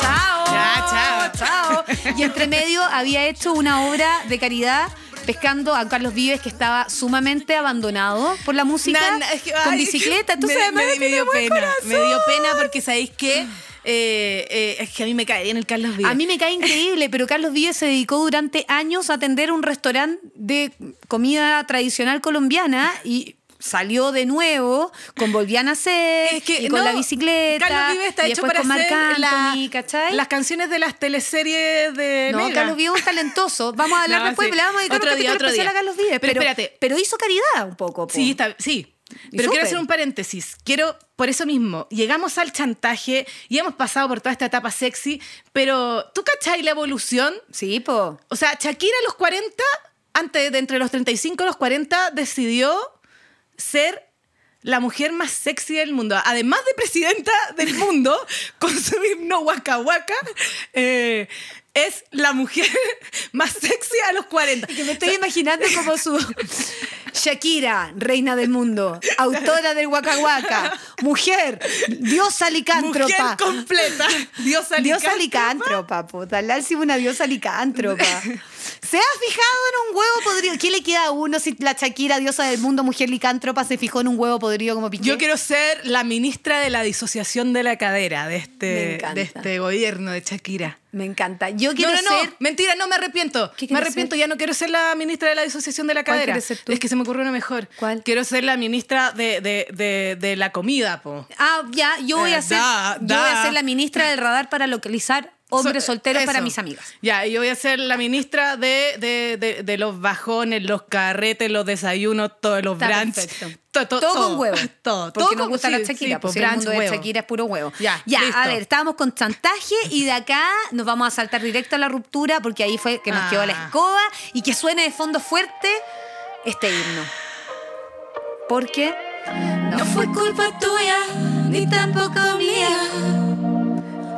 B: Chao.
D: Ya,
B: chao. Y entre medio había hecho una obra de caridad pescando a Carlos Vives que estaba sumamente abandonado por la música
D: Na- na- es que,
B: con
D: ay,
B: bicicleta. Entonces
D: me,
B: además
D: me- me
B: tiene
D: dio
B: buen
D: pena,
B: corazón.
D: me dio pena porque sabéis que eh, es que a mí me cae bien el Carlos Vives.
B: A mí me cae increíble, pero Carlos Vives se dedicó durante años a atender un restaurante de comida tradicional colombiana y salió de nuevo con Volvían a ser
D: es que
B: y con
D: no,
B: la bicicleta
D: Carlos Vives está
B: y
D: hecho
B: después
D: para
B: con Marc
D: hacer la-
B: Anthony, ¿cachai?
D: las canciones de las teleseries de
B: no,
D: Mega.
B: Carlos Vives es un talentoso. Vamos a hablar
D: No,
B: después,
D: sí.
B: le vamos a dedicar
D: Otro
B: un
D: día,
B: capítulo
D: otro
B: especial
D: día.
B: a Carlos Vives.
D: Pero espérate.
B: pero hizo caridad un poco. po.
D: Sí, está, sí.
B: Y
D: Pero quiero
B: súper.
D: hacer un paréntesis. Quiero, por eso mismo, llegamos al chantaje y hemos pasado por toda esta etapa sexy, pero ¿tú cachai la evolución?
B: Sí, po.
D: O sea, Shakira a los 40, antes de entre los 35 y los 40, decidió ser la mujer más sexy del mundo. Además de presidenta del mundo, con su himno Waka Waka, eh, es la mujer más sexy a los 40.
B: Que me estoy imaginando como su Shakira, reina del mundo, autora del Waka Waka, mujer, diosa
D: Mujer
B: licántropa.
D: completa. Diosa
B: Diosa
D: licántropa.
B: licántropa, puta. Lalsi una diosa licántropa. ¿Se ha fijado en un huevo podrido? ¿Qué le queda a uno si la Shakira, diosa del mundo, mujer licántropa, se fijó en un huevo podrido como Piqué?
D: Yo quiero ser la ministra de la disociación de la cadera de
B: Me
D: este,
B: encanta.
D: de este gobierno de Shakira.
B: Me encanta. Yo
D: No,
B: quiero
D: no, no,
B: ser...
D: mentira, no me arrepiento.
B: ¿Qué
D: Me
B: quieres
D: arrepiento,
B: ser?
D: ya no quiero ser la ministra de la disociación de la
B: ¿Cuál
D: cadera.
B: quieres ser tú?
D: Es que se me ocurrió una mejor.
B: ¿Cuál?
D: Quiero ser la ministra de, de- de- de la comida, po.
B: Ah, ya, yo voy
D: Eh,
B: a ser,
D: da,
B: yo voy a
D: da.
B: ser la ministra del radar para localizar hombres
D: So- eh,
B: solteros para
D: eso.
B: mis amigas.
D: Ya, y yo voy a ser la ministra de, de- de- de los bajones, los carretes, los desayunos, todos los
B: Está
D: brunch.
B: perfecto.
D: to- to-
B: todo, con huevo.
D: Todo.
B: Porque
D: todo
B: nos
D: con-
B: gusta
D: sí,
B: la Shakira. pues
D: sí, po,
B: si el
D: brunch,
B: mundo de
D: huevo.
B: Shakira es puro huevo.
D: Ya, listo.
B: a ver, estábamos con chantaje y de acá nos vamos a saltar directo a la ruptura porque ahí fue que nos
D: Ah.
B: quedó la escoba y que suene de fondo fuerte este himno. Porque
C: No fue culpa tuya, ni tampoco mía.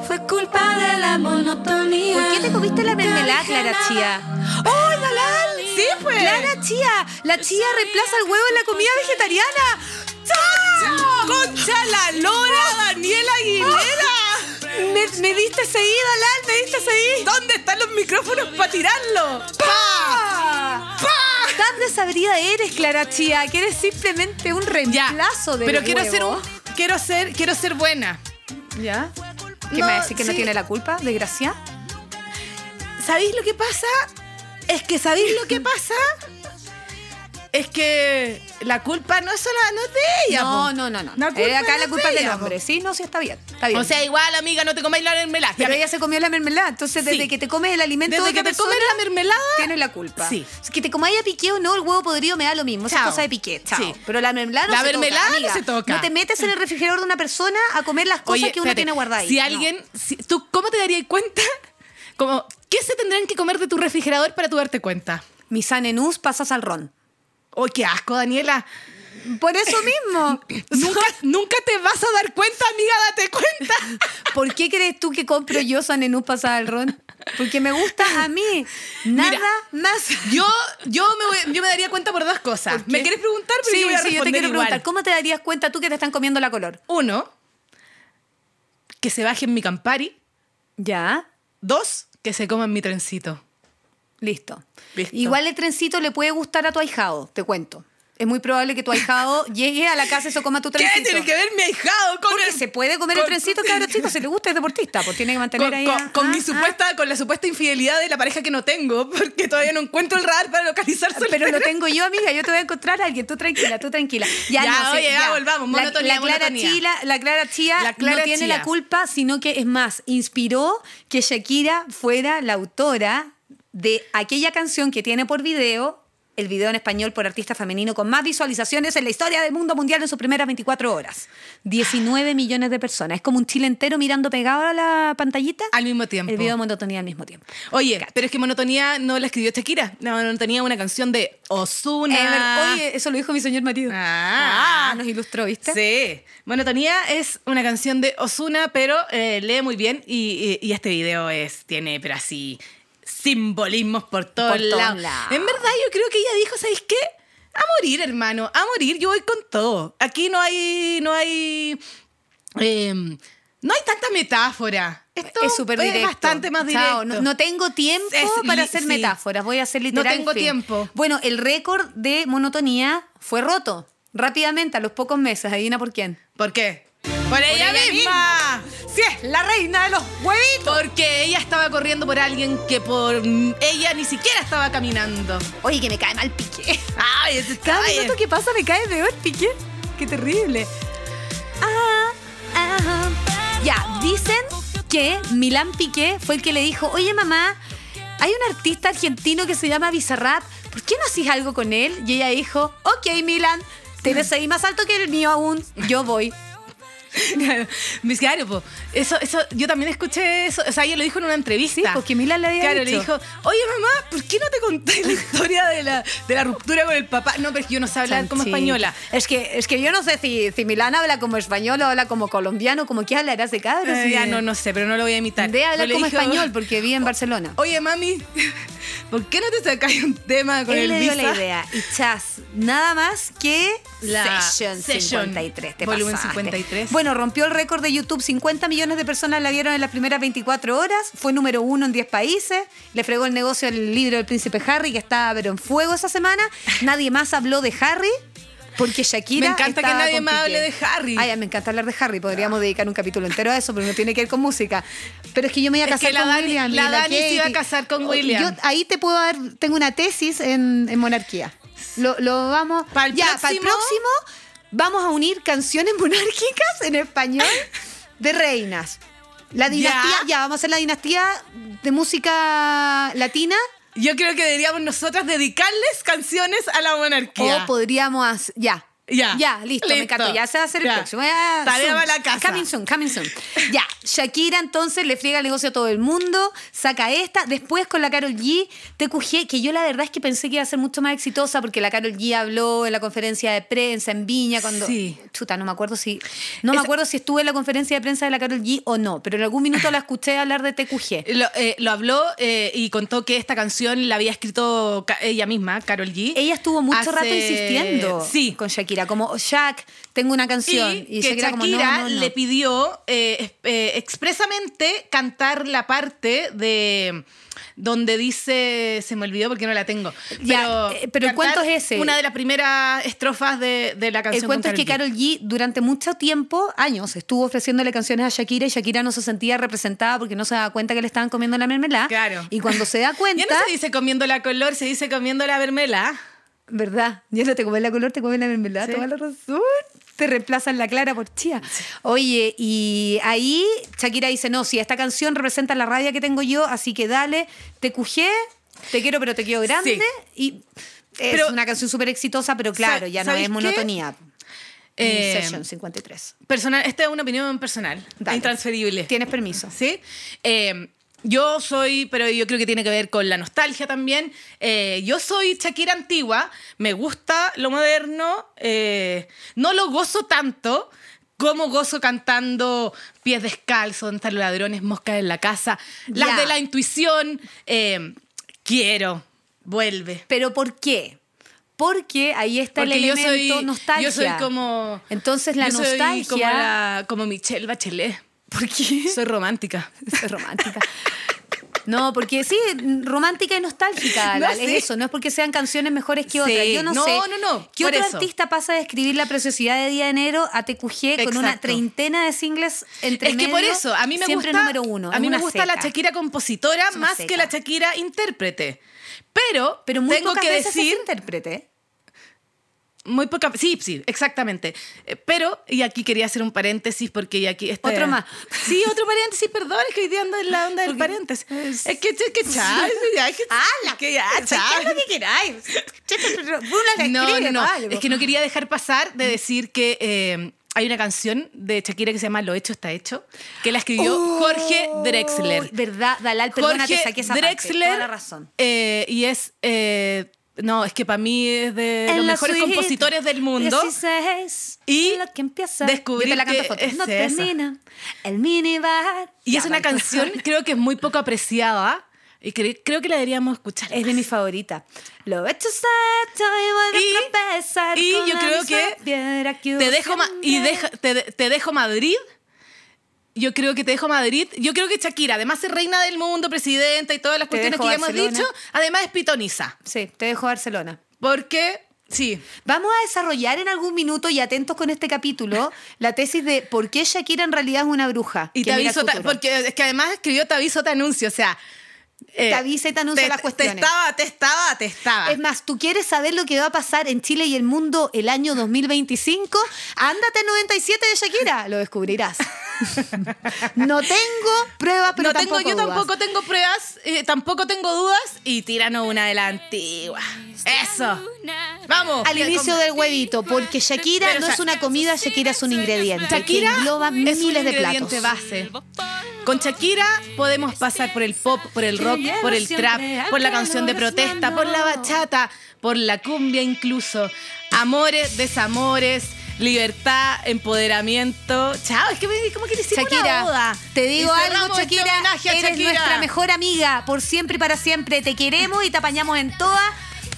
C: Fue culpa de la monotonía.
B: ¿Por qué te comiste la mermelada, Clara Chía? ¡Oh, la Lal!
D: Sí, pues.
B: ¡Clara Chía! La chía reemplaza el huevo en la comida vegetariana. ¡Chao!
D: ¡Concha la lora, Daniela Aguilera!
B: Me, me diste seguida, Lal, me diste seguida.
D: ¿Dónde están los micrófonos para tirarlo? ¡Pa!
B: ¡Pa! Tan desabrida eres, Clara Chía, que eres simplemente un
D: Ya.
B: reemplazo de
D: Pero quiero ser un- quiero ser, quiero ser buena.
B: ¿Ya? ¿Qué
D: No,
B: me decís que no
D: sí.
B: tiene la culpa, desgracia?
D: ¿Sabéis lo que pasa? Es que ¿sabéis lo que pasa? Es que la culpa no es sola, no es de ella.
B: No,
D: po.
B: no, no, no.
D: pues. La pues. culpa
B: Eh, acá
D: no
B: la
D: es
B: culpa es del
D: ella,
B: hombre. Sí, no, sí, está bien. Está bien.
D: O sea, igual, amiga, no te comáis la mermelada.
B: pero
D: Ya,
B: ella se comió la mermelada. Entonces, desde
D: Sí.
B: que te comes el alimento de
D: Desde
B: otra
D: que te comes
B: persona,
D: la mermelada,
B: tienes la culpa.
D: Sí.
B: Es Que te comáis a piqué o no, el huevo podrido me da lo mismo. Esa es
D: Chao.
B: cosa de piqué. Chao.
D: Sí.
B: Pero la mermelada no
D: La
B: se
D: mermelada
B: toca.
D: no
B: amiga.
D: se toca.
B: No te metes en el refrigerador de una persona a comer las cosas
D: Oye,
B: que uno
D: espérate,
B: tiene guardadas.
D: Si
B: No.
D: alguien, si- ¿tú cómo te darías cuenta? Como, ¿qué se tendrán que comer de tu refrigerador para tú darte cuenta?
B: Misane nus pasas al ron.
D: ¡Oh, qué asco, Daniela!
B: Por eso mismo.
D: Nunca, nunca te vas a dar cuenta, amiga, date cuenta.
B: ¿Por qué crees tú que compro yo Sanenús pasada al ron? Porque me gusta a mí. Nada
D: Mira.
B: más.
D: Yo, yo, me, voy- yo me daría cuenta por dos cosas.
B: ¿Por qué?
D: ¿Me quieres preguntar? Pero
B: sí,
D: yo voy a
B: sí, yo te
D: responder
B: quiero
D: igual.
B: preguntar. ¿Cómo te darías cuenta tú que te están comiendo la color?
D: Uno, que se baje en mi Campari.
B: Ya.
D: Dos, que se coman mi trencito.
B: Listo.
D: Listo.
B: Igual el trencito le puede gustar a tu ahijado, te cuento. Es muy probable que tu ahijado llegue a la casa y se coma tu trencito.
D: ver mi ahijado con
B: Porque
D: el-
B: se puede comer el
D: con-
B: trencito, claro, chicos, si le gusta es deportista, pues tiene que mantener
D: Con,
B: ahí.
D: con-
B: a-
D: con
B: ah,
D: mi
B: ah.
D: supuesta, con la supuesta infidelidad de la pareja que no tengo, porque todavía no encuentro el radar para localizar
B: Pero lo
D: soltera.
B: tengo yo, amiga. Yo te voy a encontrar a alguien. Tú tranquila, tú tranquila. Ya,
D: Ya,
B: no, sí,
D: oye, ya, volvamos,
B: La-
D: monotonía,
B: la, Clara
D: monotonía.
B: Chila, la Clara Chía
D: La Clara
B: no tiene
D: Chía.
B: la culpa, sino que es más, inspiró que Shakira fuera la autora de aquella canción que tiene por video el video en español por artista femenino con más visualizaciones en la historia del mundo mundial en sus primeras 24 horas. 19 millones de personas. Es como un Chile entero mirando pegado a la pantallita
D: Al mismo tiempo.
B: el video de monotonía al mismo tiempo.
D: Oye, pero es que Monotonía no la escribió Shakira. No, no tenía una canción de
B: Eh,
D: Osuna.
B: Oye, eso lo dijo mi señor marido.
D: Ah.
B: nos ilustró, ¿viste?
D: Sí. Monotonía es una canción de Osuna, pero eh, lee muy bien y, y- y este video es, tiene, pero así, simbolismos por todos
B: Por todos
D: lados.
B: lados.
D: En verdad, yo creo que ella dijo, ¿sabéis qué? A morir, hermano, a morir, yo voy con todo. Aquí no hay, no hay, eh, no hay tanta metáfora. Esto
B: es súper directo.
D: bastante más directo.
B: Chao, no, no tengo tiempo
D: Es-
B: para
D: li-
B: hacer
D: sí.
B: metáforas. Voy a hacer
D: No
B: literal.
D: tengo
B: fin.
D: tiempo.
B: Bueno, el récord de monotonía fue roto rápidamente a los pocos meses. Adivina por quién.
D: ¿Por qué? Por ella,
B: ella
D: misma. Sí, es
B: La reina de los huevitos.
D: Porque ella estaba corriendo por alguien que por mm, ella ni siquiera estaba caminando.
B: Oye, que me cae mal piqué.
D: Ay, este-
B: Cada
D: ay,
B: minuto que pasa me cae peor piqué. Qué terrible. Ah, ah. Ya, dicen que Milán Piqué fue el que le dijo, oye mamá, hay un artista argentino que se llama Bizarrap, ¿por qué no haces algo con él? Y ella dijo, ok Milán,
D: Mm.
B: tenés ahí más alto que el mío aún, yo voy.
D: Mis- claro, po. Eso, eso, yo también escuché eso. O sea, ella lo dijo en una entrevista.
B: Sí, porque Milán le había
D: Claro,
B: dicho.
D: le dijo, oye mamá, ¿por qué no te conté la historia de la, de la ruptura con el papá? No, pero es que yo no sé hablar como
B: Chanchito.
D: española.
B: Es que, es que yo no sé si, si Milán habla como español o habla como colombiano, como que hablarás de cada
D: Ay, ya no, no sé, pero no lo voy a imitar.
B: De hablar
D: Pero le
B: como
D: dijo,
B: español, porque vive en Barcelona.
D: Oye mami, ¿por qué no te sacáis un tema con
B: Él
D: el
B: le dio
D: visa?
B: la idea. Y chas, nada más que
D: La
B: Session
D: Session,
B: 53. Te
D: volumen
B: pasaste.
D: 53.
B: Bueno, rompió el récord de YouTube. 50 millones de personas la vieron en las primeras 24 horas. Fue número uno en 10 países. Le fregó el negocio el libro del príncipe Harry, que estaba pero en fuego esa semana. Nadie más habló de Harry. Porque Shakira.
D: Me encanta que
B: estaba
D: nadie
B: con
D: más
B: Piqué.
D: hable de Harry.
B: Ay, me encanta hablar de Harry. Podríamos dedicar un capítulo entero a eso, pero no tiene que ver con música. Pero es que yo me voy a
D: Es
B: casar
D: que la
B: con
D: Dani-
B: William. y
D: la Dani se iba a
B: Katie.
D: casar con
B: Yo-
D: William.
B: ahí te puedo dar, tengo una tesis en, en monarquía. Lo, lo vamos.
D: ¿Para el
B: ya,
D: próximo?
B: para el próximo vamos a unir canciones monárquicas en español de reinas. La dinastía,
D: Ya.
B: ya, vamos a hacer la dinastía de música latina.
D: Yo creo que deberíamos nosotras dedicarles canciones a la monarquía.
B: O podríamos hacer- ya.
D: Ya.
B: Ya, listo, me
D: Listo.
B: encantó. Ya se va a hacer el
D: Ya.
B: próximo. Ya,
D: Tarea
B: soon.
D: para la casa.
B: Coming soon, coming soon. Ya, Shakira entonces le friega el negocio a todo el mundo, saca esta, después con la Carol G, TQG, que yo la verdad es que pensé que iba a ser mucho más exitosa porque la Carol G habló en la conferencia de prensa en Viña cuando
D: Sí.
B: chuta, no me acuerdo si no me
D: Esa-
B: acuerdo si estuve en la conferencia de prensa de la Carol G o no, pero en algún minuto la escuché hablar de TQG.
D: Lo, eh, lo habló eh, y contó que esta canción la había escrito ca- ella misma, Carol G.
B: Ella estuvo mucho
D: Hace-
B: rato insistiendo
D: Sí.
B: con Shakira, como Shak, tengo una canción
D: Y, que Shakira,
B: como, "No, no, no".
D: le pidió eh, es- eh, expresamente cantar la parte de donde dice, se me olvidó porque no la tengo.
B: Ya,
D: Pero,
B: eh, pero ¿el cuento
D: cantar
B: es ese?
D: Una de las primeras estrofas de, de la canción.
B: El
D: con
B: cuento es que
D: Karol G.
B: Carol G durante mucho tiempo, años, estuvo ofreciéndole canciones a Shakira y Shakira no se sentía representada porque no se daba cuenta que le estaban comiendo la mermelada.
D: Claro.
B: Y cuando se da cuenta,
D: Ya no se dice comiendo la color, se dice comiendo la vermela.
B: ¿verdad? Ya no te comes la color, te comes la mermelada,
D: Sí.
B: toda la razón. Te reemplazan la clara por chía. Oye, y ahí Shakira dice, no, si esta canción representa la rabia que tengo yo, así que dale, te cujé, te quiero pero te quiero grande. Y es
D: Pero-
B: una canción súper exitosa, pero claro,
D: Sa-
B: ya no
D: ¿sabes
B: es
D: qué?
B: monotonía.
D: Eh,
B: Session 53.
D: Personal, esta es una opinión personal,
B: Dale.
D: intransferible.
B: Tienes permiso.
D: ¿sí? Eh, yo soy, pero yo creo que tiene que ver con la nostalgia también. Eh, yo soy Shakira antigua, me gusta lo moderno, eh, no lo gozo tanto como gozo cantando pies descalzos, donde están los ladrones, moscas en la casa, las
B: Ya.
D: de la intuición. eh, quiero, vuelve.
B: ¿Pero por qué? Porque ahí está
D: Porque
B: el
D: yo
B: elemento
D: soy,
B: nostalgia.
D: yo soy como.
B: Entonces la
D: yo soy
B: nostalgia.
D: como, la- como Michelle Bachelet.
B: ¿Por qué?
D: Soy romántica.
B: Soy romántica. No, porque sí, romántica y nostálgica
D: No,
B: la-
D: sí.
B: es eso. No es porque sean canciones mejores que
D: Sí.
B: otras. Yo no,
D: No,
B: sé.
D: no, no,
B: ¿Qué
D: por
B: otro
D: eso.
B: artista pasa de escribir la preciosidad de Día de Enero a TQG con una
D: Exacto.
B: treintena de singles entre
D: es que
B: medio?
D: por eso, a mí me
B: siempre
D: gusta.
B: número uno.
D: a
B: es
D: mí me
B: una
D: gusta la
B: seca.
D: Shakira compositora
B: Es una
D: más que
B: seca.
D: la Shakira intérprete. Pero,
B: Pero muy
D: tengo
B: pocas
D: que
B: veces es
D: decir.
B: intérprete.
D: Muy poca. Sí, sí, exactamente. Eh, Pero, y aquí quería hacer un paréntesis porque y aquí. este-
B: Otro más.
D: Sí, otro paréntesis, perdón, es que hoy día ando en la onda del paréntesis. Es, que, es que, chao, ya, es que,
B: Ah, la
D: que ya, chao.
B: Sacad lo que queráis. Bula,
D: No,
B: escribe,
D: no, no.
B: algo.
D: Es que no quería dejar pasar de decir que eh, hay una canción de Shakira que se llama Lo hecho está hecho, que la escribió
B: Oh,
D: Jorge
B: Uy,
D: Drexler.
B: ¿Verdad, Dalal? Perdona,
D: Jorge
B: te saqué esa parte.
D: Drexler.
B: Toda la razón.
D: eh, y es. eh, no, es que para mí es de los
B: En la
D: mejores
B: suite
D: compositores del mundo.
B: 16,
D: Y
B: lo que empieza.
D: descubrí
B: Yo te la canto
D: que
B: foto. No
D: es esa.
B: termina el minibar.
D: Y
B: Ya,
D: es una
B: vale.
D: canción, creo que es muy poco apreciada. Y cre- creo que la deberíamos escuchar.
B: Es de mis favoritas. Lo hecho está hecho y vuelve
D: Y-
B: a empezar.
D: y
B: con
D: yo
B: la
D: creo
B: misma
D: que
B: piedra que
D: te
B: hubo
D: dejo ma- y
B: siempre.
D: deja- te, de- te dejo Madrid. Yo creo que te dejo Madrid. Yo creo que Shakira, además es reina del mundo, presidenta y todas las
B: Te
D: cuestiones
B: dejo
D: que ya hemos
B: Barcelona.
D: dicho, además es pitoniza.
B: Sí, te dejo Barcelona.
D: Porque, sí,
B: Vamos a desarrollar en algún minuto, y atentos con este capítulo, la tesis de por qué Shakira en realidad es una bruja.
D: y
B: que
D: te
B: mira
D: aviso,
B: el
D: ta-
B: futuro.
D: porque es que además escribió te aviso, te anuncio, o sea... eh,
B: Te avisa y te anuncia las cuestiones.
D: Te estaba, te estaba, te estaba.
B: Es más, ¿tú quieres saber lo que va a pasar en Chile y el mundo el año 2025? Ándate al 97 de Shakira, lo descubrirás. No tengo pruebas, pero
D: no tengo, yo
B: dudas.
D: tampoco tengo pruebas, eh, tampoco tengo dudas, y tíranos una de la antigua. Eso. Vamos.
B: Al inicio del huevito, porque Shakira
D: Pero,
B: no
D: o sea,
B: es una comida, Shakira es un ingrediente
D: Shakira
B: que engloba
D: es un
B: miles de platos.
D: ingrediente base. Con Shakira podemos pasar por el pop, por el rock, por el trap, por la canción de protesta, por la bachata, por la cumbia incluso. Amores, desamores, libertad, empoderamiento. Chao, es que me- como que le hicimos
B: Shakira,
D: una boda.
B: te digo
D: Y
B: algo,
D: cerramos este
B: Shakira,
D: homenaje a
B: eres
D: Shakira.
B: nuestra mejor amiga, por siempre y para siempre. Te queremos y te apañamos en todas.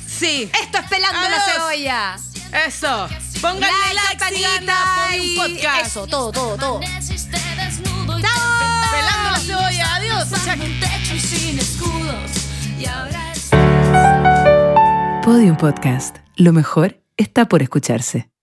D: Sí,
B: Esto es pelando la
D: Adiós.
B: cebolla.
D: eso. Pónganle
B: Like,
D: like,
B: campanita
D: sigan a Podium
B: y
D: podcast.
B: Eso, todo, todo, todo.
C: Amaneciste desnudo y te
B: ¡Chao!
D: Pelando la cebolla, adiós.
C: enfrentas a un techo y sin escudos. Y ahora es-
A: Podium Podcast. Lo mejor está por escucharse.